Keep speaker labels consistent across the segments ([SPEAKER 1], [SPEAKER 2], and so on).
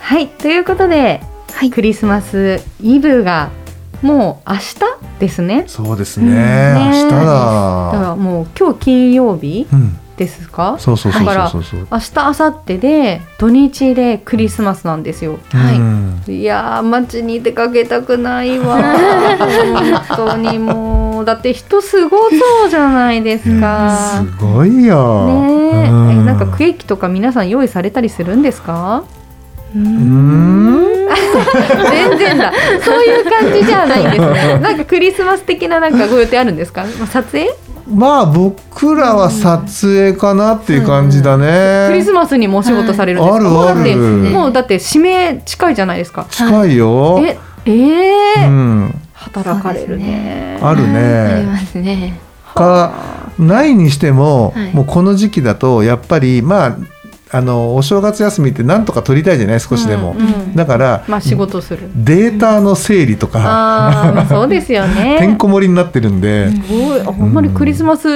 [SPEAKER 1] はい、ということで、
[SPEAKER 2] はい
[SPEAKER 1] クリスマスイブがもう明日ですね。
[SPEAKER 3] そうです
[SPEAKER 1] うん
[SPEAKER 3] ね。
[SPEAKER 1] ね
[SPEAKER 3] 明日
[SPEAKER 1] だか
[SPEAKER 3] だ。
[SPEAKER 1] らもう今日金曜日
[SPEAKER 3] うん。
[SPEAKER 1] ですか
[SPEAKER 3] そうそうそう
[SPEAKER 1] だから
[SPEAKER 3] そうそう。
[SPEAKER 1] 明日明後日で土日でクリスマスなんですよ
[SPEAKER 2] はい
[SPEAKER 3] うん
[SPEAKER 1] いやー街に出かけたくないわ本当にもうだって人すごそうじゃないですか
[SPEAKER 3] すごいよ。
[SPEAKER 1] ねえ、
[SPEAKER 3] う
[SPEAKER 1] えなんかクエーキとか皆さん用意されたりするんですか
[SPEAKER 2] う。
[SPEAKER 3] うんん。
[SPEAKER 1] 全然だそういう感じじゃないんです ねなんかクリスマス的ななんかご予定あるんですかまあ撮影
[SPEAKER 3] まあ僕らは撮影かなっていう感じだね。
[SPEAKER 1] クリスマスにもお仕事されるんですか、
[SPEAKER 3] はいあるある
[SPEAKER 1] だって
[SPEAKER 3] うん
[SPEAKER 1] もうだって指名近いじゃないですか
[SPEAKER 3] 近いよ。
[SPEAKER 1] ええ
[SPEAKER 3] う
[SPEAKER 1] ー
[SPEAKER 3] ん。
[SPEAKER 1] 働かれるね
[SPEAKER 3] ある
[SPEAKER 2] あり
[SPEAKER 3] ね。
[SPEAKER 2] ますね。
[SPEAKER 3] かないにしても、
[SPEAKER 2] はい
[SPEAKER 3] もうこの時期だとやっぱりまああのお正月休みってなんとか取りたいじゃない少しでも。
[SPEAKER 1] うんうん
[SPEAKER 3] だから、
[SPEAKER 1] まあ仕事する、
[SPEAKER 3] データの整理とか、
[SPEAKER 1] あーまあそうです よね
[SPEAKER 3] てんこ盛りになってるんで、
[SPEAKER 1] すごいあんまりクリスマス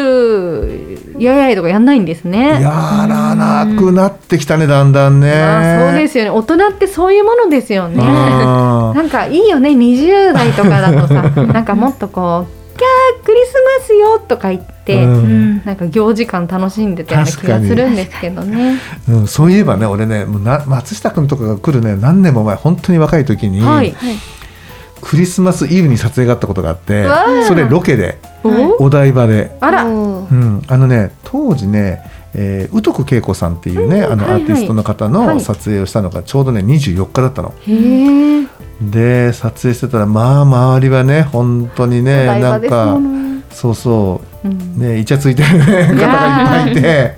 [SPEAKER 1] ややいとかやんないんですね
[SPEAKER 3] やらなくなってきたねだんだんね。
[SPEAKER 1] まあそうですよね大人ってそういうものですよね
[SPEAKER 3] うん
[SPEAKER 1] なんかいいよね20代とかだ とさなんかもっとこう「キャークリスマスよ」とか言って、
[SPEAKER 3] う
[SPEAKER 2] うんん。
[SPEAKER 1] なんか行事感楽しんでたような気がするんですけどね
[SPEAKER 3] うんそういえばね俺ねもうな松下君とかが来るね何年も前本当に若い時に、
[SPEAKER 1] はい、
[SPEAKER 2] はい。
[SPEAKER 3] クリスマスイブに撮影があったことがあって
[SPEAKER 1] わあ
[SPEAKER 3] それロケで
[SPEAKER 1] お
[SPEAKER 3] お台場で、
[SPEAKER 1] あら
[SPEAKER 2] おー
[SPEAKER 3] うん、あのね当時ね、えー、宇徳恵子さんっていうね、あの
[SPEAKER 1] はいは
[SPEAKER 3] ア
[SPEAKER 1] い
[SPEAKER 3] ーティストの方
[SPEAKER 1] はい
[SPEAKER 3] の撮影をしたのがちょうどね24日だったの。
[SPEAKER 1] へえ
[SPEAKER 3] で撮影してたらまあ周りはね本当にね
[SPEAKER 1] 台
[SPEAKER 3] な
[SPEAKER 1] 場
[SPEAKER 3] ん
[SPEAKER 1] ですも
[SPEAKER 3] か
[SPEAKER 1] の
[SPEAKER 3] そうそう
[SPEAKER 1] うん
[SPEAKER 3] ねイチャついてる、ね、 方がいっぱいいて
[SPEAKER 1] え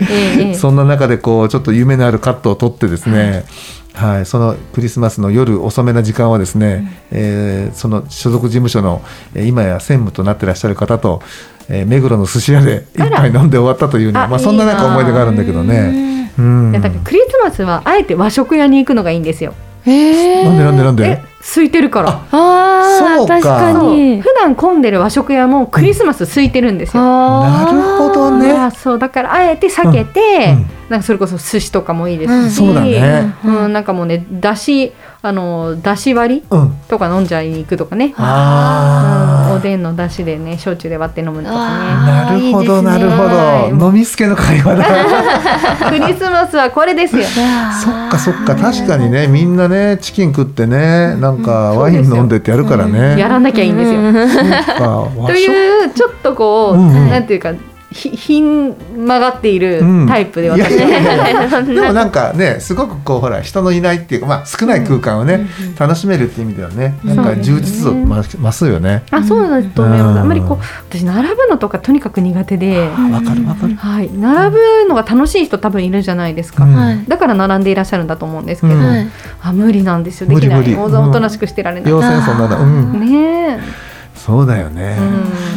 [SPEAKER 1] え
[SPEAKER 3] そんな中でこうちょっと夢のあるカットを撮ってですね、はい、そのクリスマスの夜遅めな時間はですね、えーその所属事務所のえー今や専務となってらっしゃる方と、えー目黒の寿司屋で一杯飲んで終わったというね
[SPEAKER 1] あ
[SPEAKER 3] まあ、そんない
[SPEAKER 1] いな
[SPEAKER 3] なんか思い出があるんだけどね。。うんな
[SPEAKER 1] いや
[SPEAKER 3] んで
[SPEAKER 1] だからクリスマスはあえて和食屋に行くのがいいんですよ。
[SPEAKER 2] ええ。
[SPEAKER 3] なんでなんで
[SPEAKER 1] え、空いてるから。
[SPEAKER 2] あ
[SPEAKER 3] そ
[SPEAKER 2] あ、
[SPEAKER 3] うか
[SPEAKER 2] 確か
[SPEAKER 1] そう
[SPEAKER 2] に
[SPEAKER 1] 普。段混んでる和食屋もクリスマス空いてるんですよ。
[SPEAKER 2] あ
[SPEAKER 3] な
[SPEAKER 2] ー
[SPEAKER 3] るほど
[SPEAKER 1] い
[SPEAKER 3] ね
[SPEAKER 1] やそうだからあえて避けて、
[SPEAKER 3] うんうん
[SPEAKER 1] なんかそれこそ寿司とかもいいで
[SPEAKER 2] う
[SPEAKER 1] す
[SPEAKER 2] ん
[SPEAKER 1] し、
[SPEAKER 3] そうだね
[SPEAKER 1] うん、なんかもうねだしあのだし割り
[SPEAKER 3] うん
[SPEAKER 1] とか飲んじゃいに行くとかね、うん、
[SPEAKER 3] あ
[SPEAKER 1] お
[SPEAKER 3] ー
[SPEAKER 1] でんのだしでね焼酎で割って飲むとか
[SPEAKER 2] わ
[SPEAKER 3] なるほど
[SPEAKER 2] あー
[SPEAKER 3] ない
[SPEAKER 2] い
[SPEAKER 3] る
[SPEAKER 2] ですね
[SPEAKER 3] ほど飲みすけの会話だ
[SPEAKER 1] ねクリスマスはこれですよ。
[SPEAKER 3] そっかそっか確かにねみんなねチキン食ってねなんか
[SPEAKER 1] うん
[SPEAKER 3] ワイン飲んでってやるからね
[SPEAKER 1] やらなきゃいいんですよ。
[SPEAKER 3] か和
[SPEAKER 1] と
[SPEAKER 3] 食
[SPEAKER 1] いうちょっとこう、
[SPEAKER 3] うんうん
[SPEAKER 1] なんていうかひひん曲がっているタイプで私、
[SPEAKER 3] いやいやいやでもなんかねすごくこうほら人のいないっていうか、まあ、少ない空間をね、楽しめるっていう意味ではねなん
[SPEAKER 1] そう
[SPEAKER 3] か
[SPEAKER 1] ですね
[SPEAKER 3] 充実度増す増すよね。
[SPEAKER 1] あそうだと思いま
[SPEAKER 3] うん
[SPEAKER 1] すあんまりこう私並ぶのとかとにかく苦手で、
[SPEAKER 3] わかるわかる。
[SPEAKER 1] はい、並ぶのが楽しい人多分いるじゃないですか、
[SPEAKER 3] うん
[SPEAKER 2] はい。
[SPEAKER 1] だから並んでいらっしゃるんだと思うんですけど、
[SPEAKER 3] うん
[SPEAKER 2] はい。
[SPEAKER 1] あ無理なんですよできない
[SPEAKER 3] 無理無理
[SPEAKER 1] おざおとなしくしてられない、
[SPEAKER 3] 要戦争なの、うん、
[SPEAKER 1] ねえ、
[SPEAKER 3] そうだよね。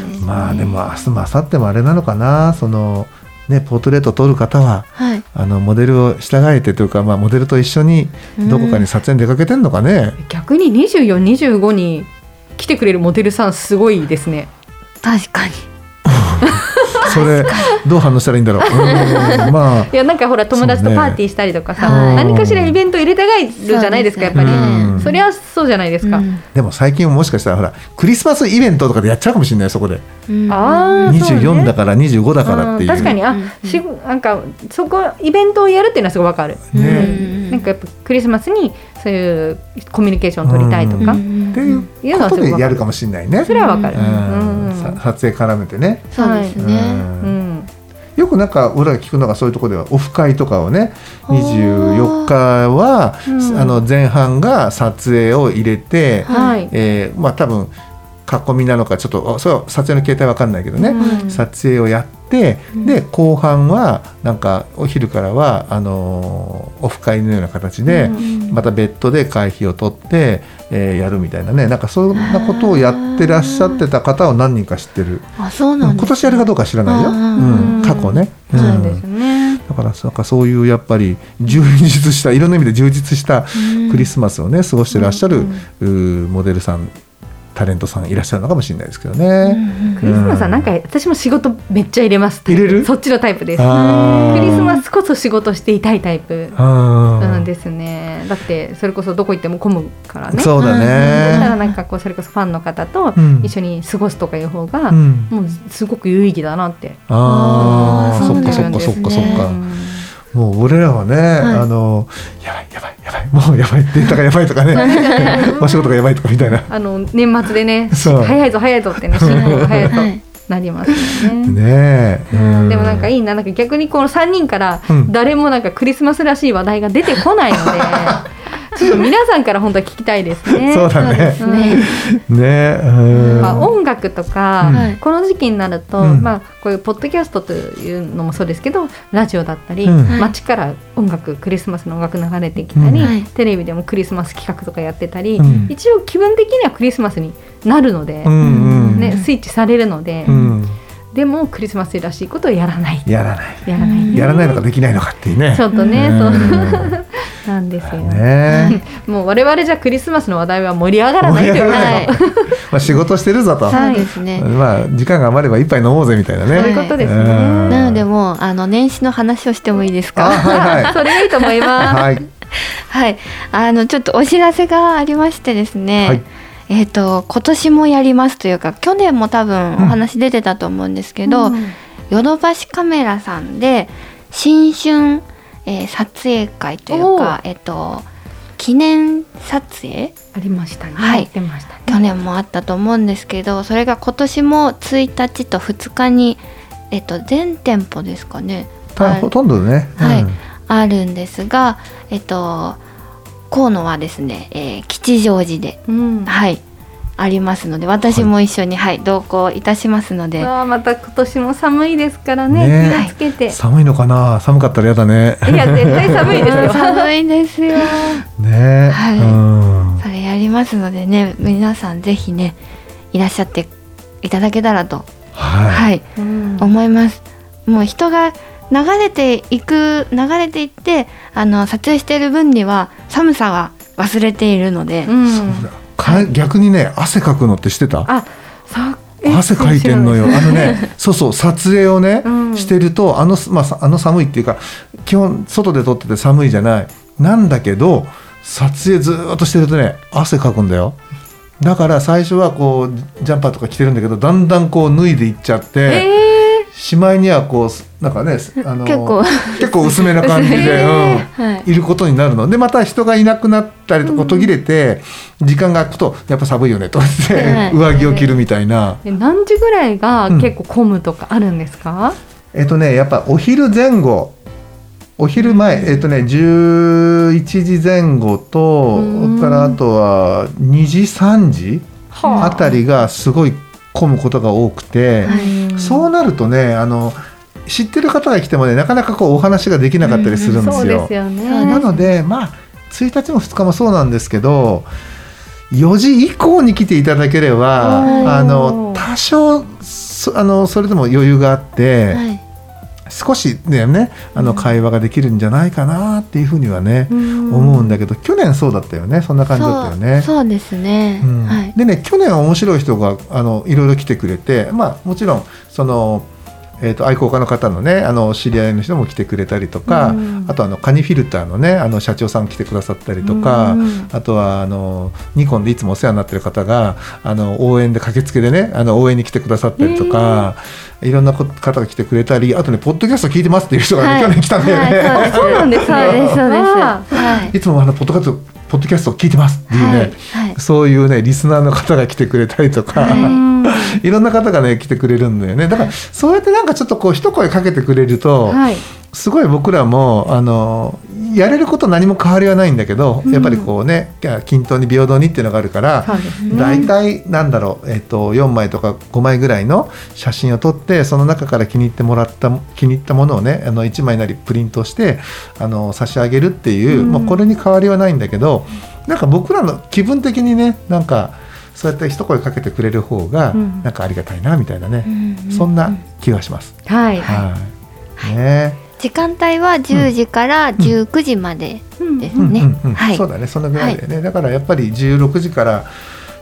[SPEAKER 1] うん
[SPEAKER 3] まあでも明日も明後日もあれなのかなそのねポートレート撮る方は
[SPEAKER 2] はい。
[SPEAKER 3] あのモデルを従えてというか、まあ、モデルと一緒にどこかに撮影に出かけてんのかね。
[SPEAKER 1] 逆に2425に来てくれるモデルさんすごいですね
[SPEAKER 2] 確かに。
[SPEAKER 3] それどう反応したらいいんだろう。 うんまあ
[SPEAKER 1] いやなんかほら友達と
[SPEAKER 3] そうね
[SPEAKER 1] パーティーしたりとかさ、
[SPEAKER 2] はい
[SPEAKER 1] 何かしらイベント入れたがるじゃないですかやっぱり、
[SPEAKER 3] そうですねうん
[SPEAKER 1] そりゃそうじゃないですか、
[SPEAKER 3] でも最近もしかしたらほらクリスマスイベントとかでやっちゃうかもしれないそこで
[SPEAKER 1] ああそうね
[SPEAKER 3] 24だから25だからっていう
[SPEAKER 1] うん確かにあ、
[SPEAKER 2] うん
[SPEAKER 1] しなんかそこイベントをやるっていうのはすごいわかる、
[SPEAKER 3] ね
[SPEAKER 1] うんなんかやっぱクリスマスにそういうコミュニケーションを取りたいとか、
[SPEAKER 3] う
[SPEAKER 2] っ
[SPEAKER 3] っていう
[SPEAKER 1] いうのは
[SPEAKER 3] こと
[SPEAKER 1] すごい
[SPEAKER 3] で
[SPEAKER 1] わ
[SPEAKER 3] や
[SPEAKER 1] か
[SPEAKER 3] る
[SPEAKER 1] る
[SPEAKER 3] かもしれないね
[SPEAKER 1] そ。れはわかる、
[SPEAKER 3] う
[SPEAKER 1] うん
[SPEAKER 3] ん、さ撮影絡めてね。
[SPEAKER 2] そうです
[SPEAKER 3] う
[SPEAKER 2] ね。
[SPEAKER 1] うん
[SPEAKER 3] んよくなんか俺らが聞くのがそういうところではオフ会とかをね24日は、
[SPEAKER 1] うん
[SPEAKER 3] あの前半が撮影を入れて、
[SPEAKER 1] はい
[SPEAKER 3] えーまあ多分囲みなのかちょっとあそれは撮影の形態わかんないけどね、
[SPEAKER 1] うん
[SPEAKER 3] 撮影をやって、で後半はなんかお昼からはあのーオフ会のような形で、また別途で会費を取って、えーやるみたいなねなんかそんなことをやってらっしゃってた方を何人か知ってる、
[SPEAKER 2] あ、そう
[SPEAKER 3] うん
[SPEAKER 2] なんで
[SPEAKER 3] 今
[SPEAKER 2] す、ね。
[SPEAKER 3] 年やるかどうかは知らないよ、
[SPEAKER 2] う
[SPEAKER 3] うんん過去ね。うん
[SPEAKER 1] そうですね。
[SPEAKER 3] だからなんかそういうやっぱり充実したいろんな意味で充実した
[SPEAKER 2] うん
[SPEAKER 3] クリスマスをね過ごしてらっしゃる、
[SPEAKER 2] うん
[SPEAKER 3] うーモデルさんタレントさんいらっしゃるのかもしれないですけど
[SPEAKER 2] う
[SPEAKER 3] ね。
[SPEAKER 2] ん
[SPEAKER 1] クリスマスはなんか私も仕事めっちゃ入れますタイプ
[SPEAKER 3] 入れる
[SPEAKER 1] そっちのタイプです
[SPEAKER 3] あー
[SPEAKER 1] クリスマスこそ仕事していたいタイプ
[SPEAKER 3] あー
[SPEAKER 1] なんですねだってそれこそどこ行っても混むからね
[SPEAKER 3] そうだ
[SPEAKER 1] だか
[SPEAKER 3] ね。
[SPEAKER 1] らなんかこうそれこそファンの方と
[SPEAKER 3] うん
[SPEAKER 1] 一緒に過ごすとかいう方が、
[SPEAKER 3] うん
[SPEAKER 1] もうすごく有意義だなって
[SPEAKER 3] あ
[SPEAKER 2] あー
[SPEAKER 3] あ、そっか
[SPEAKER 2] そ
[SPEAKER 3] そう
[SPEAKER 2] な
[SPEAKER 3] っ
[SPEAKER 2] ん
[SPEAKER 3] か
[SPEAKER 2] です
[SPEAKER 3] そ
[SPEAKER 2] ね
[SPEAKER 3] っかそっ
[SPEAKER 1] う
[SPEAKER 3] か。
[SPEAKER 1] ん
[SPEAKER 3] もう俺らはね、あのやばいやばいやばいもうやばいデータがやばいとかね、お仕事がやばいとかみたいな。
[SPEAKER 1] あの年末でね
[SPEAKER 3] そう
[SPEAKER 1] 早いぞ早いぞって ね信号が早い
[SPEAKER 2] は
[SPEAKER 1] と
[SPEAKER 2] い
[SPEAKER 1] なりますよね。
[SPEAKER 3] ねえ。う
[SPEAKER 1] でもなんかいいななんか逆にこの3人から
[SPEAKER 3] うん
[SPEAKER 1] 誰もなんかクリスマスらしい話題が出てこないの で、ちょっと皆さんから本当は聞きたいですね。
[SPEAKER 3] そうだね。
[SPEAKER 1] うん
[SPEAKER 3] ねえ。うん
[SPEAKER 1] まあ、音楽とか、
[SPEAKER 3] はい
[SPEAKER 1] この時期になると、
[SPEAKER 3] うん
[SPEAKER 1] まあ、こういうポッドキャストというのもそうですけどラジオだったり、
[SPEAKER 3] うん
[SPEAKER 1] 街から音楽クリスマスの音楽流れてきたり、
[SPEAKER 2] うんはい
[SPEAKER 1] テレビでもクリスマス企画とかやってたり、
[SPEAKER 3] うん
[SPEAKER 1] 一応気分的にはクリスマスになるので、
[SPEAKER 3] うんうん。
[SPEAKER 1] ね、スイッチされるので、
[SPEAKER 3] うん。
[SPEAKER 1] でもクリスマスらしいことをやらない。
[SPEAKER 3] やらない。
[SPEAKER 1] やらない
[SPEAKER 3] やらないのかできないのかっていう ね。
[SPEAKER 1] ちょっとね、
[SPEAKER 3] うん
[SPEAKER 1] そう
[SPEAKER 3] うん
[SPEAKER 1] なんですよ。
[SPEAKER 3] ね
[SPEAKER 1] もう我々じゃクリスマスの話題は盛り上がらないということ、
[SPEAKER 3] 盛り上がらない
[SPEAKER 1] はい
[SPEAKER 3] まあ仕事してるぞと。
[SPEAKER 1] は
[SPEAKER 2] そ
[SPEAKER 1] いう
[SPEAKER 2] ですね。
[SPEAKER 3] まあ時間が余れば一杯飲もうぜみたいな
[SPEAKER 1] そう
[SPEAKER 3] ね。
[SPEAKER 1] いうことです
[SPEAKER 3] う
[SPEAKER 1] ね。
[SPEAKER 3] ん
[SPEAKER 2] なのでもうあの年始の話をしてもいいです
[SPEAKER 3] あ
[SPEAKER 2] か。
[SPEAKER 3] はいはい
[SPEAKER 1] それがいいと思います。
[SPEAKER 3] はい。
[SPEAKER 2] はい、あのちょっとお知らせがありましてですね。
[SPEAKER 3] はい
[SPEAKER 2] えっ、と今年もやりますというか去年も多分お話出てたと思うんですけど、ヨドバシカメラさんで新春、えー撮影会というかえっ、と記念撮影
[SPEAKER 1] ありましたね。
[SPEAKER 2] はい
[SPEAKER 1] やってましたね。
[SPEAKER 2] 去年もあったと思うんですけどそれが今年も1日と2日にえっ、と全店舗ですかね。
[SPEAKER 3] たほとんどね。
[SPEAKER 2] はい、
[SPEAKER 3] うん
[SPEAKER 2] あるんですが、えっと、河野はですね、えー吉祥寺で、
[SPEAKER 1] うん。
[SPEAKER 2] はい、ありますので私も一緒に、はい同行いたしますので、
[SPEAKER 1] わあまた今年も寒いですからね。
[SPEAKER 3] ね
[SPEAKER 1] 気をつけて。
[SPEAKER 3] 寒いのかな寒かったら嫌だね。
[SPEAKER 1] いや絶対寒いです
[SPEAKER 2] うん
[SPEAKER 1] よ。
[SPEAKER 2] 寒いですよ
[SPEAKER 3] ね、
[SPEAKER 2] はい
[SPEAKER 3] うん
[SPEAKER 2] それやりますのでね皆さんぜひねいらっしゃっていただけたらと、
[SPEAKER 3] はい、
[SPEAKER 2] はい、
[SPEAKER 1] うん
[SPEAKER 2] 思います。もう人が流れていく流れていってあの撮影している分には寒さは忘れているので、
[SPEAKER 1] うん
[SPEAKER 3] か逆にね汗かくのってしてた
[SPEAKER 1] あ、そう。え
[SPEAKER 3] 汗かいてんのよ。あのねそうそう撮影をね、
[SPEAKER 1] うん
[SPEAKER 3] してるとあの,、まあ、さあの寒いっていうか基本外で撮ってて寒いじゃないなんだけど撮影ずーっとしてるとね汗かくんだよだから最初はこうジャンパーとか着てるんだけどだんだんこう脱いでいっちゃって、
[SPEAKER 1] え
[SPEAKER 3] しまいにはこうなんかねあの
[SPEAKER 2] 結構
[SPEAKER 3] 結構薄めな感じで、 うん
[SPEAKER 2] はい
[SPEAKER 3] い、ることになるのでまた人がいなくなったりとか途切れて、時間が空くとやっぱ寒いよねと思って、
[SPEAKER 2] はい
[SPEAKER 3] 上着を着るみたいな、
[SPEAKER 1] ーえ何時ぐらいが結構混むとかあるんですか？
[SPEAKER 3] えっとねやっぱお昼前後お昼前えっとね11時前後とそ
[SPEAKER 1] うん
[SPEAKER 3] れからあとは2時3時
[SPEAKER 1] はあ
[SPEAKER 3] あたりがすごい混むことが多くて。
[SPEAKER 1] うん
[SPEAKER 3] そうなるとねあの知ってる方が来てもねなかなかこうお話ができなかったりするんです
[SPEAKER 1] そう
[SPEAKER 3] よ。
[SPEAKER 1] ですよね。
[SPEAKER 3] なのでまあ1日も2日もそうなんですけど4時以降に来ていただけれ
[SPEAKER 1] おー
[SPEAKER 3] ばあの多少そあのそれでも余裕があって、
[SPEAKER 2] はい
[SPEAKER 3] 少しねねあの会話ができるんじゃないかなっていうふうにはね、思うんだけど去年そうだったよねそんな感じだったよね。
[SPEAKER 2] そうそうですね、
[SPEAKER 3] うん
[SPEAKER 2] はい
[SPEAKER 3] でね去年は面白い人があのいろいろ来てくれて、まあ、もちろんその、えー、と愛好家の方のねあの知り合いの人も来てくれたりとか、
[SPEAKER 1] うん
[SPEAKER 3] あとあのカニフィルターのねあの社長さん来てくださったりとか、
[SPEAKER 1] うん
[SPEAKER 3] あとはあのニコンでいつもお世話になってる方があの応援で駆けつけでねあの応援に来てくださったりとか、えいろんなこ方が来てくれたりあとねポッドキャスト聞いてますっていう人が、ね
[SPEAKER 2] はい
[SPEAKER 3] 去年来たんだよね、
[SPEAKER 2] はい
[SPEAKER 3] い、
[SPEAKER 1] そうなんです
[SPEAKER 2] そう
[SPEAKER 1] ね
[SPEAKER 2] ですそうです
[SPEAKER 1] あ
[SPEAKER 2] はい
[SPEAKER 3] つもあのポッドキャストポッドキャスト聞いてますっていうね、
[SPEAKER 2] はいはい
[SPEAKER 3] そういうねリスナーの方が来てくれたりとか、
[SPEAKER 2] はい
[SPEAKER 1] うん
[SPEAKER 3] いろんな方がね来てくれるんだよねだからそうやってなんかちょっとこう一声かけてくれると、
[SPEAKER 1] はい
[SPEAKER 3] すごい僕らもあのやれること何も変わりはないんだけど、やっぱりこうねいや均等に平等にっていうのがあるから、
[SPEAKER 1] そうです
[SPEAKER 3] 大体なんだろう、えっと4枚とか5枚ぐらいの写真を撮ってその中から気に入ってもらった気に入ったものをねあの1枚なりプリントしてあの差し上げるっていう、
[SPEAKER 1] うん
[SPEAKER 3] もうこれに変わりはないんだけどなんか僕らの気分的にねなんかそうやって一声かけてくれる方が、
[SPEAKER 1] うん
[SPEAKER 3] なんかありがたいなみたいなね、
[SPEAKER 2] うん
[SPEAKER 3] そんな気がします。
[SPEAKER 1] はい
[SPEAKER 3] はい、ね
[SPEAKER 2] 時間帯は10時から19時までです
[SPEAKER 3] うん
[SPEAKER 2] ね
[SPEAKER 3] うんうん
[SPEAKER 2] はい
[SPEAKER 3] そうだねそのぐらいだよね、だからやっぱり16時から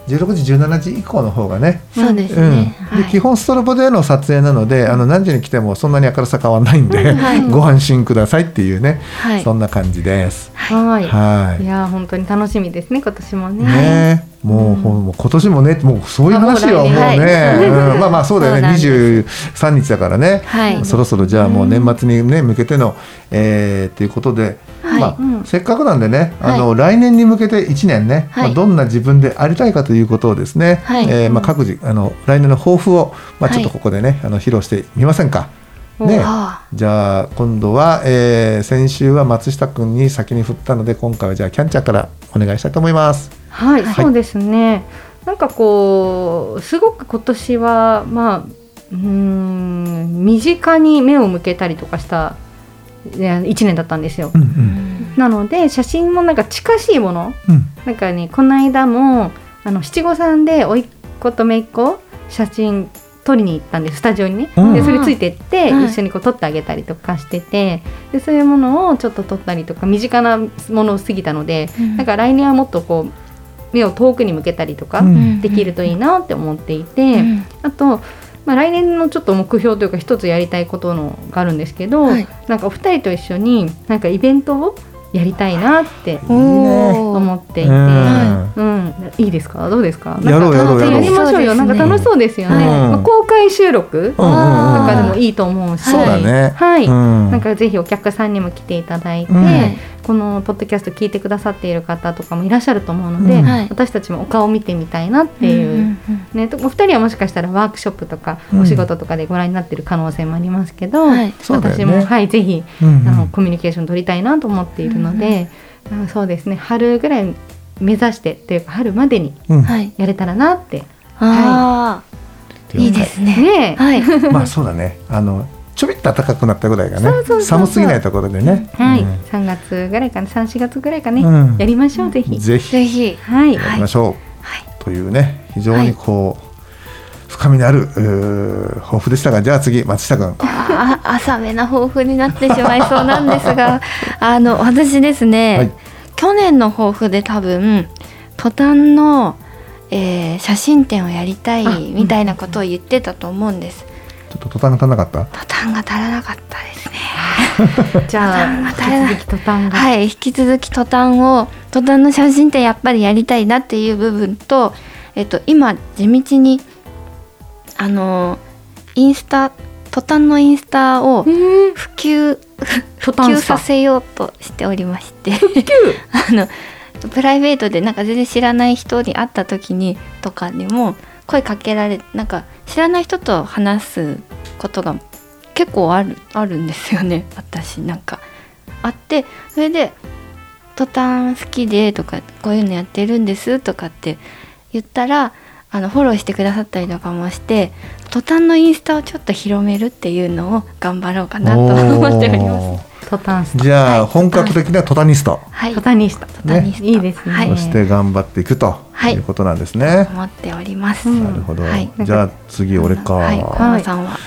[SPEAKER 3] 16時17時以降の方がね
[SPEAKER 2] そうです
[SPEAKER 3] うん
[SPEAKER 2] ね
[SPEAKER 3] で基本ストロボでの撮影なので、あの何時に来てもそんなに明るさ変わらないんで、
[SPEAKER 2] はい
[SPEAKER 3] ご安心くださいっていうね、
[SPEAKER 2] はい
[SPEAKER 3] そんな感じです。
[SPEAKER 1] はい
[SPEAKER 3] はい
[SPEAKER 1] いやー本当に楽しみですね今年もね
[SPEAKER 3] ねえもう、ほんもう今年もねもうそういう話はもうね、
[SPEAKER 1] あもう来
[SPEAKER 2] 年はい
[SPEAKER 3] うんまあまあそうだよ
[SPEAKER 2] そ
[SPEAKER 3] ね
[SPEAKER 2] うなんです
[SPEAKER 3] 23日だからね、
[SPEAKER 2] はい
[SPEAKER 3] そろそろじゃあもう年末にね向けてのえーっていうことで、
[SPEAKER 2] はい
[SPEAKER 3] まあ
[SPEAKER 1] うん
[SPEAKER 3] せっかくなんでねあの、
[SPEAKER 2] は
[SPEAKER 3] 来年に向けて1年ね、
[SPEAKER 2] はい
[SPEAKER 3] まあどんな自分でありたいかということをですね、
[SPEAKER 2] はい
[SPEAKER 3] えーまあ各自あの来年の抱負をまあ
[SPEAKER 2] はい
[SPEAKER 3] ちょっとここでね、あの披露してみませんか。ね
[SPEAKER 1] お
[SPEAKER 2] あ
[SPEAKER 3] じゃあ今度は、えー先週は松下君に先に振ったので今回はじゃあキャンチャーからお願いしたいと思います。
[SPEAKER 1] はい、
[SPEAKER 3] はい
[SPEAKER 1] そうですね。なんかこうすごく今年はまあうーん身近に目を向けたりとかしたね一年だったんですよ。
[SPEAKER 3] うんう
[SPEAKER 2] うんん
[SPEAKER 1] なので写真もなんか近しいもの
[SPEAKER 3] うん
[SPEAKER 1] なんかねこの間もあの七五三で甥っ子と姪っ子写真撮りに行ったんですスタジオにね、
[SPEAKER 3] うん
[SPEAKER 1] でそれついてって
[SPEAKER 2] うん
[SPEAKER 1] 一緒にこう撮ってあげたりとかしててでそういうものをちょっと撮ったりとか身近なものを過ぎたのでだから来年はもっとこう目を遠くに向けたりとか
[SPEAKER 3] うん
[SPEAKER 1] できるといいなって思っていて、
[SPEAKER 2] うん
[SPEAKER 1] あと、まあ、来年のちょっと目標というか一つやりたいことのがあるんですけど、
[SPEAKER 2] はい
[SPEAKER 1] なんかお二人と一緒になんかイベントをやりたいなって
[SPEAKER 3] いいね
[SPEAKER 2] おー
[SPEAKER 1] 思っていて、
[SPEAKER 3] う
[SPEAKER 1] うん
[SPEAKER 3] ん
[SPEAKER 1] いいですかどうですか
[SPEAKER 3] やろうやろう
[SPEAKER 1] な
[SPEAKER 3] やろ
[SPEAKER 1] んかや
[SPEAKER 3] う
[SPEAKER 1] りましょうよ
[SPEAKER 2] そうですね
[SPEAKER 1] なんか楽しそうですよね、
[SPEAKER 3] うん
[SPEAKER 1] まあ公開収録
[SPEAKER 3] うんう
[SPEAKER 1] と
[SPEAKER 3] んうん
[SPEAKER 1] かでもいいと思うし、
[SPEAKER 2] あー
[SPEAKER 3] そうだね。
[SPEAKER 1] はい、
[SPEAKER 3] うん
[SPEAKER 1] なんかぜひお客さんにも来ていただいて、
[SPEAKER 3] うん
[SPEAKER 2] はい
[SPEAKER 1] このポッドキャスト聞いてくださっている方とかもいらっしゃると思うので、
[SPEAKER 3] うん
[SPEAKER 2] はい
[SPEAKER 1] 私たちもお顔を見てみたいなっていう。
[SPEAKER 2] うん
[SPEAKER 1] ね、とお二人はもしかしたらワークショップとか
[SPEAKER 3] うん
[SPEAKER 1] お仕事とかでご覧になってる可能性もありますけど、
[SPEAKER 2] はい
[SPEAKER 3] そうだよね
[SPEAKER 1] 私も、はい、ぜひ
[SPEAKER 3] うんう
[SPEAKER 1] あ
[SPEAKER 3] ん
[SPEAKER 1] のコミュニケーション取りたいなと思っているので、あのそうですね春ぐらい目指してというか春までに
[SPEAKER 3] うん
[SPEAKER 2] はい
[SPEAKER 1] やれたらなって、
[SPEAKER 2] ああいいですね
[SPEAKER 1] ね
[SPEAKER 2] はい
[SPEAKER 3] まあそうだね。あのちょびっと暖かくなったぐらいがね
[SPEAKER 1] そうそうそうそう
[SPEAKER 3] 寒すぎないところでね。
[SPEAKER 1] はい
[SPEAKER 3] うん
[SPEAKER 1] 3月ぐらいかな3、4月ぐらいかね、
[SPEAKER 3] うん
[SPEAKER 1] やりましょうぜひ。
[SPEAKER 3] ぜひ
[SPEAKER 2] ぜひ
[SPEAKER 1] はい、
[SPEAKER 3] やりましょ
[SPEAKER 2] はいう
[SPEAKER 3] というね非常にこう深みのあるうー抱負でしたがじゃあ次松下君。
[SPEAKER 2] ああ浅めな抱負になってしまいそうなんですが あの私ですね、
[SPEAKER 3] はい
[SPEAKER 2] 去年の抱負で多分トタンの、えー写真展をやりた
[SPEAKER 1] あ
[SPEAKER 2] いみたいなことを言ってたと思うんです、
[SPEAKER 3] ちょっと途端が足んなかった。
[SPEAKER 2] トタンが足らなかったですね
[SPEAKER 1] じゃあ
[SPEAKER 2] また
[SPEAKER 1] 引き続き途端が、
[SPEAKER 2] はい引き続きトタンをトタンの写真展やっぱりやりたいなっていう部分と、えっと、今地道にあのインスタトタンのインスタを
[SPEAKER 1] うん
[SPEAKER 2] 普及
[SPEAKER 1] 途
[SPEAKER 2] 普及
[SPEAKER 1] 端
[SPEAKER 2] させようとしておりまして あのプライベートでなんか全然知らない人に会った時にとかにも声かけられなんか知らない人と話すことが結構あるあるんですよね 私なんかあってそれで「トタン好きで」とか「こういうのやってるんです」とかって言ったらあのフォローしてくださったりとかもしてトタンのインスタをちょっと広めるっていうのを頑張ろうかなと思っております。
[SPEAKER 3] おー
[SPEAKER 1] 途端スタ
[SPEAKER 3] じゃあ、
[SPEAKER 2] はい
[SPEAKER 3] 本格的なトタニスト
[SPEAKER 2] はい、
[SPEAKER 1] 途端にした。
[SPEAKER 2] タニスト
[SPEAKER 1] いいですね
[SPEAKER 2] はい
[SPEAKER 3] として頑張っていくと
[SPEAKER 2] はい
[SPEAKER 3] いうことなんですね。
[SPEAKER 2] 思っております。
[SPEAKER 1] うん
[SPEAKER 3] なるほど、
[SPEAKER 2] はい
[SPEAKER 3] じゃあ次俺か、
[SPEAKER 2] はい、小野さんは。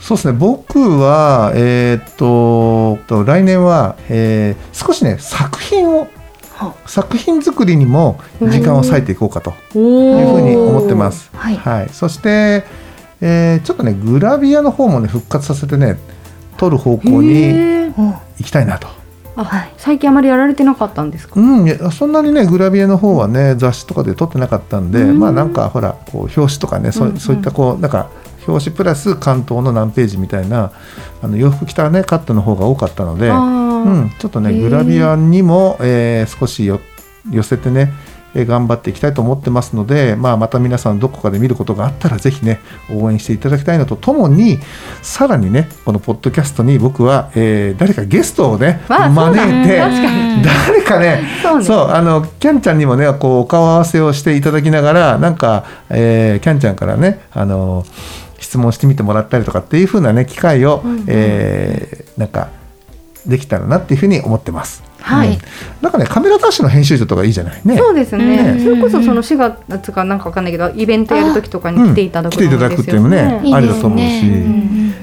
[SPEAKER 3] そうですね僕はえーっとと来年は、えー少しね作品を
[SPEAKER 2] ほう
[SPEAKER 3] 作品作りにも時間を割いていこうかと
[SPEAKER 1] お
[SPEAKER 3] い
[SPEAKER 1] ー
[SPEAKER 3] うふうに思ってます。
[SPEAKER 2] はい
[SPEAKER 3] そして、えーちょっとねグラビアの方もね復活させてね撮る方向に
[SPEAKER 1] へー
[SPEAKER 3] 行きたいなと。
[SPEAKER 1] あ
[SPEAKER 2] はい
[SPEAKER 1] 最近あまりやられてなかったんですか。
[SPEAKER 3] うん、いやそんなにねグラビアの方はね雑誌とかで撮ってなかったんで、
[SPEAKER 1] うん
[SPEAKER 3] まあなんかほらこう表紙とかねそ,、う
[SPEAKER 1] うんうん
[SPEAKER 3] そういったこうなんか表表紙プラス関東の何ページみたいなあの洋服着た、ね、カットの方が多かったので、
[SPEAKER 1] あ
[SPEAKER 3] う
[SPEAKER 1] ー
[SPEAKER 3] ん、ちょっとね
[SPEAKER 1] へー
[SPEAKER 3] グラビアにも、えー少しよ寄せてねえー頑張っていきたいと思ってますので、まあ、また皆さんどこかで見ることがあったらぜひね応援していただきたいのとともにさらにねこのポッドキャストに僕は、えー誰かゲストをね
[SPEAKER 1] わあそうだ
[SPEAKER 3] 招いて
[SPEAKER 1] うん確か
[SPEAKER 2] に
[SPEAKER 3] 誰かね
[SPEAKER 1] そうね
[SPEAKER 3] そうあのキャンちゃんにもねこうお顔合わせをしていただきながらなんか、えーキャンちゃんからねあの質問してみてもらったりとかっていう風なね機会を、
[SPEAKER 1] うんうん
[SPEAKER 3] えーなんかできたらなっていうふうに思ってます。
[SPEAKER 2] は
[SPEAKER 3] う
[SPEAKER 2] い
[SPEAKER 3] んなんかねカメラ雑誌の編集長とかいいじゃないね。
[SPEAKER 1] そうですね、
[SPEAKER 2] うん
[SPEAKER 1] それこそその4月かなんかわかんないけどイベントやる時とかに来ていただく
[SPEAKER 3] うん来ていただくっていうのもね
[SPEAKER 1] のもいいですよ
[SPEAKER 3] ありだと思うし
[SPEAKER 2] いいですね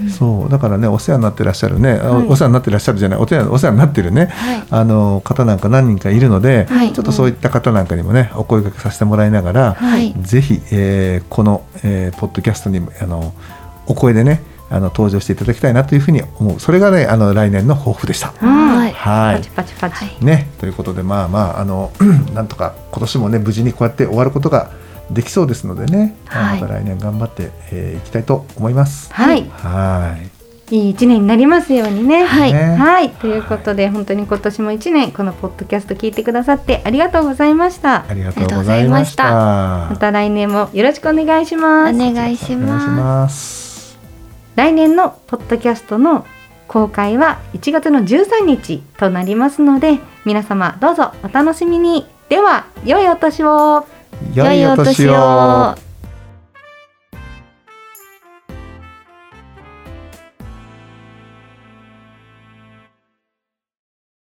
[SPEAKER 2] うん
[SPEAKER 3] そうだからねお世話になってらっしゃるね、あ
[SPEAKER 1] はい
[SPEAKER 3] お世話になってらっしゃるじゃないお世話お世話になってるね、
[SPEAKER 2] はい
[SPEAKER 3] あの方なんか何人かいるので、
[SPEAKER 2] はい
[SPEAKER 3] ちょっとそういった方なんかにもねお声掛けさせてもらいながら、
[SPEAKER 2] はい
[SPEAKER 3] ぜひ、えーこの、えーポッドキャストにもあのお声でねあの登場していただきたいなというふうに思うそれがねあの来年の抱負でした。
[SPEAKER 1] うん
[SPEAKER 2] はい
[SPEAKER 3] は
[SPEAKER 1] パ
[SPEAKER 3] い
[SPEAKER 1] チパチパチ、
[SPEAKER 2] はい
[SPEAKER 3] ね、ということでまあまああの なんとか今年もね無事にこうやって終わることができそうですのでね、
[SPEAKER 2] はい
[SPEAKER 3] また来年頑張ってい、えーいきたいと思います。
[SPEAKER 1] はい、
[SPEAKER 3] はい
[SPEAKER 1] いい一年になりますようにね。
[SPEAKER 2] はい
[SPEAKER 3] ね
[SPEAKER 1] はい、ということで、本当に今年も一年、このポッドキャスト聞いてくださって、ありがとうございました。
[SPEAKER 3] ありがとうございました。
[SPEAKER 1] また来年もよろしくお願いしま
[SPEAKER 2] お
[SPEAKER 1] す。
[SPEAKER 2] 願いし
[SPEAKER 3] お願いし
[SPEAKER 2] ます。
[SPEAKER 3] ます。
[SPEAKER 1] 来年のポッドキャストの公開は1月の13日となりますので、皆様どうぞお楽しみに。では、良いお年を。
[SPEAKER 2] 良いお年を。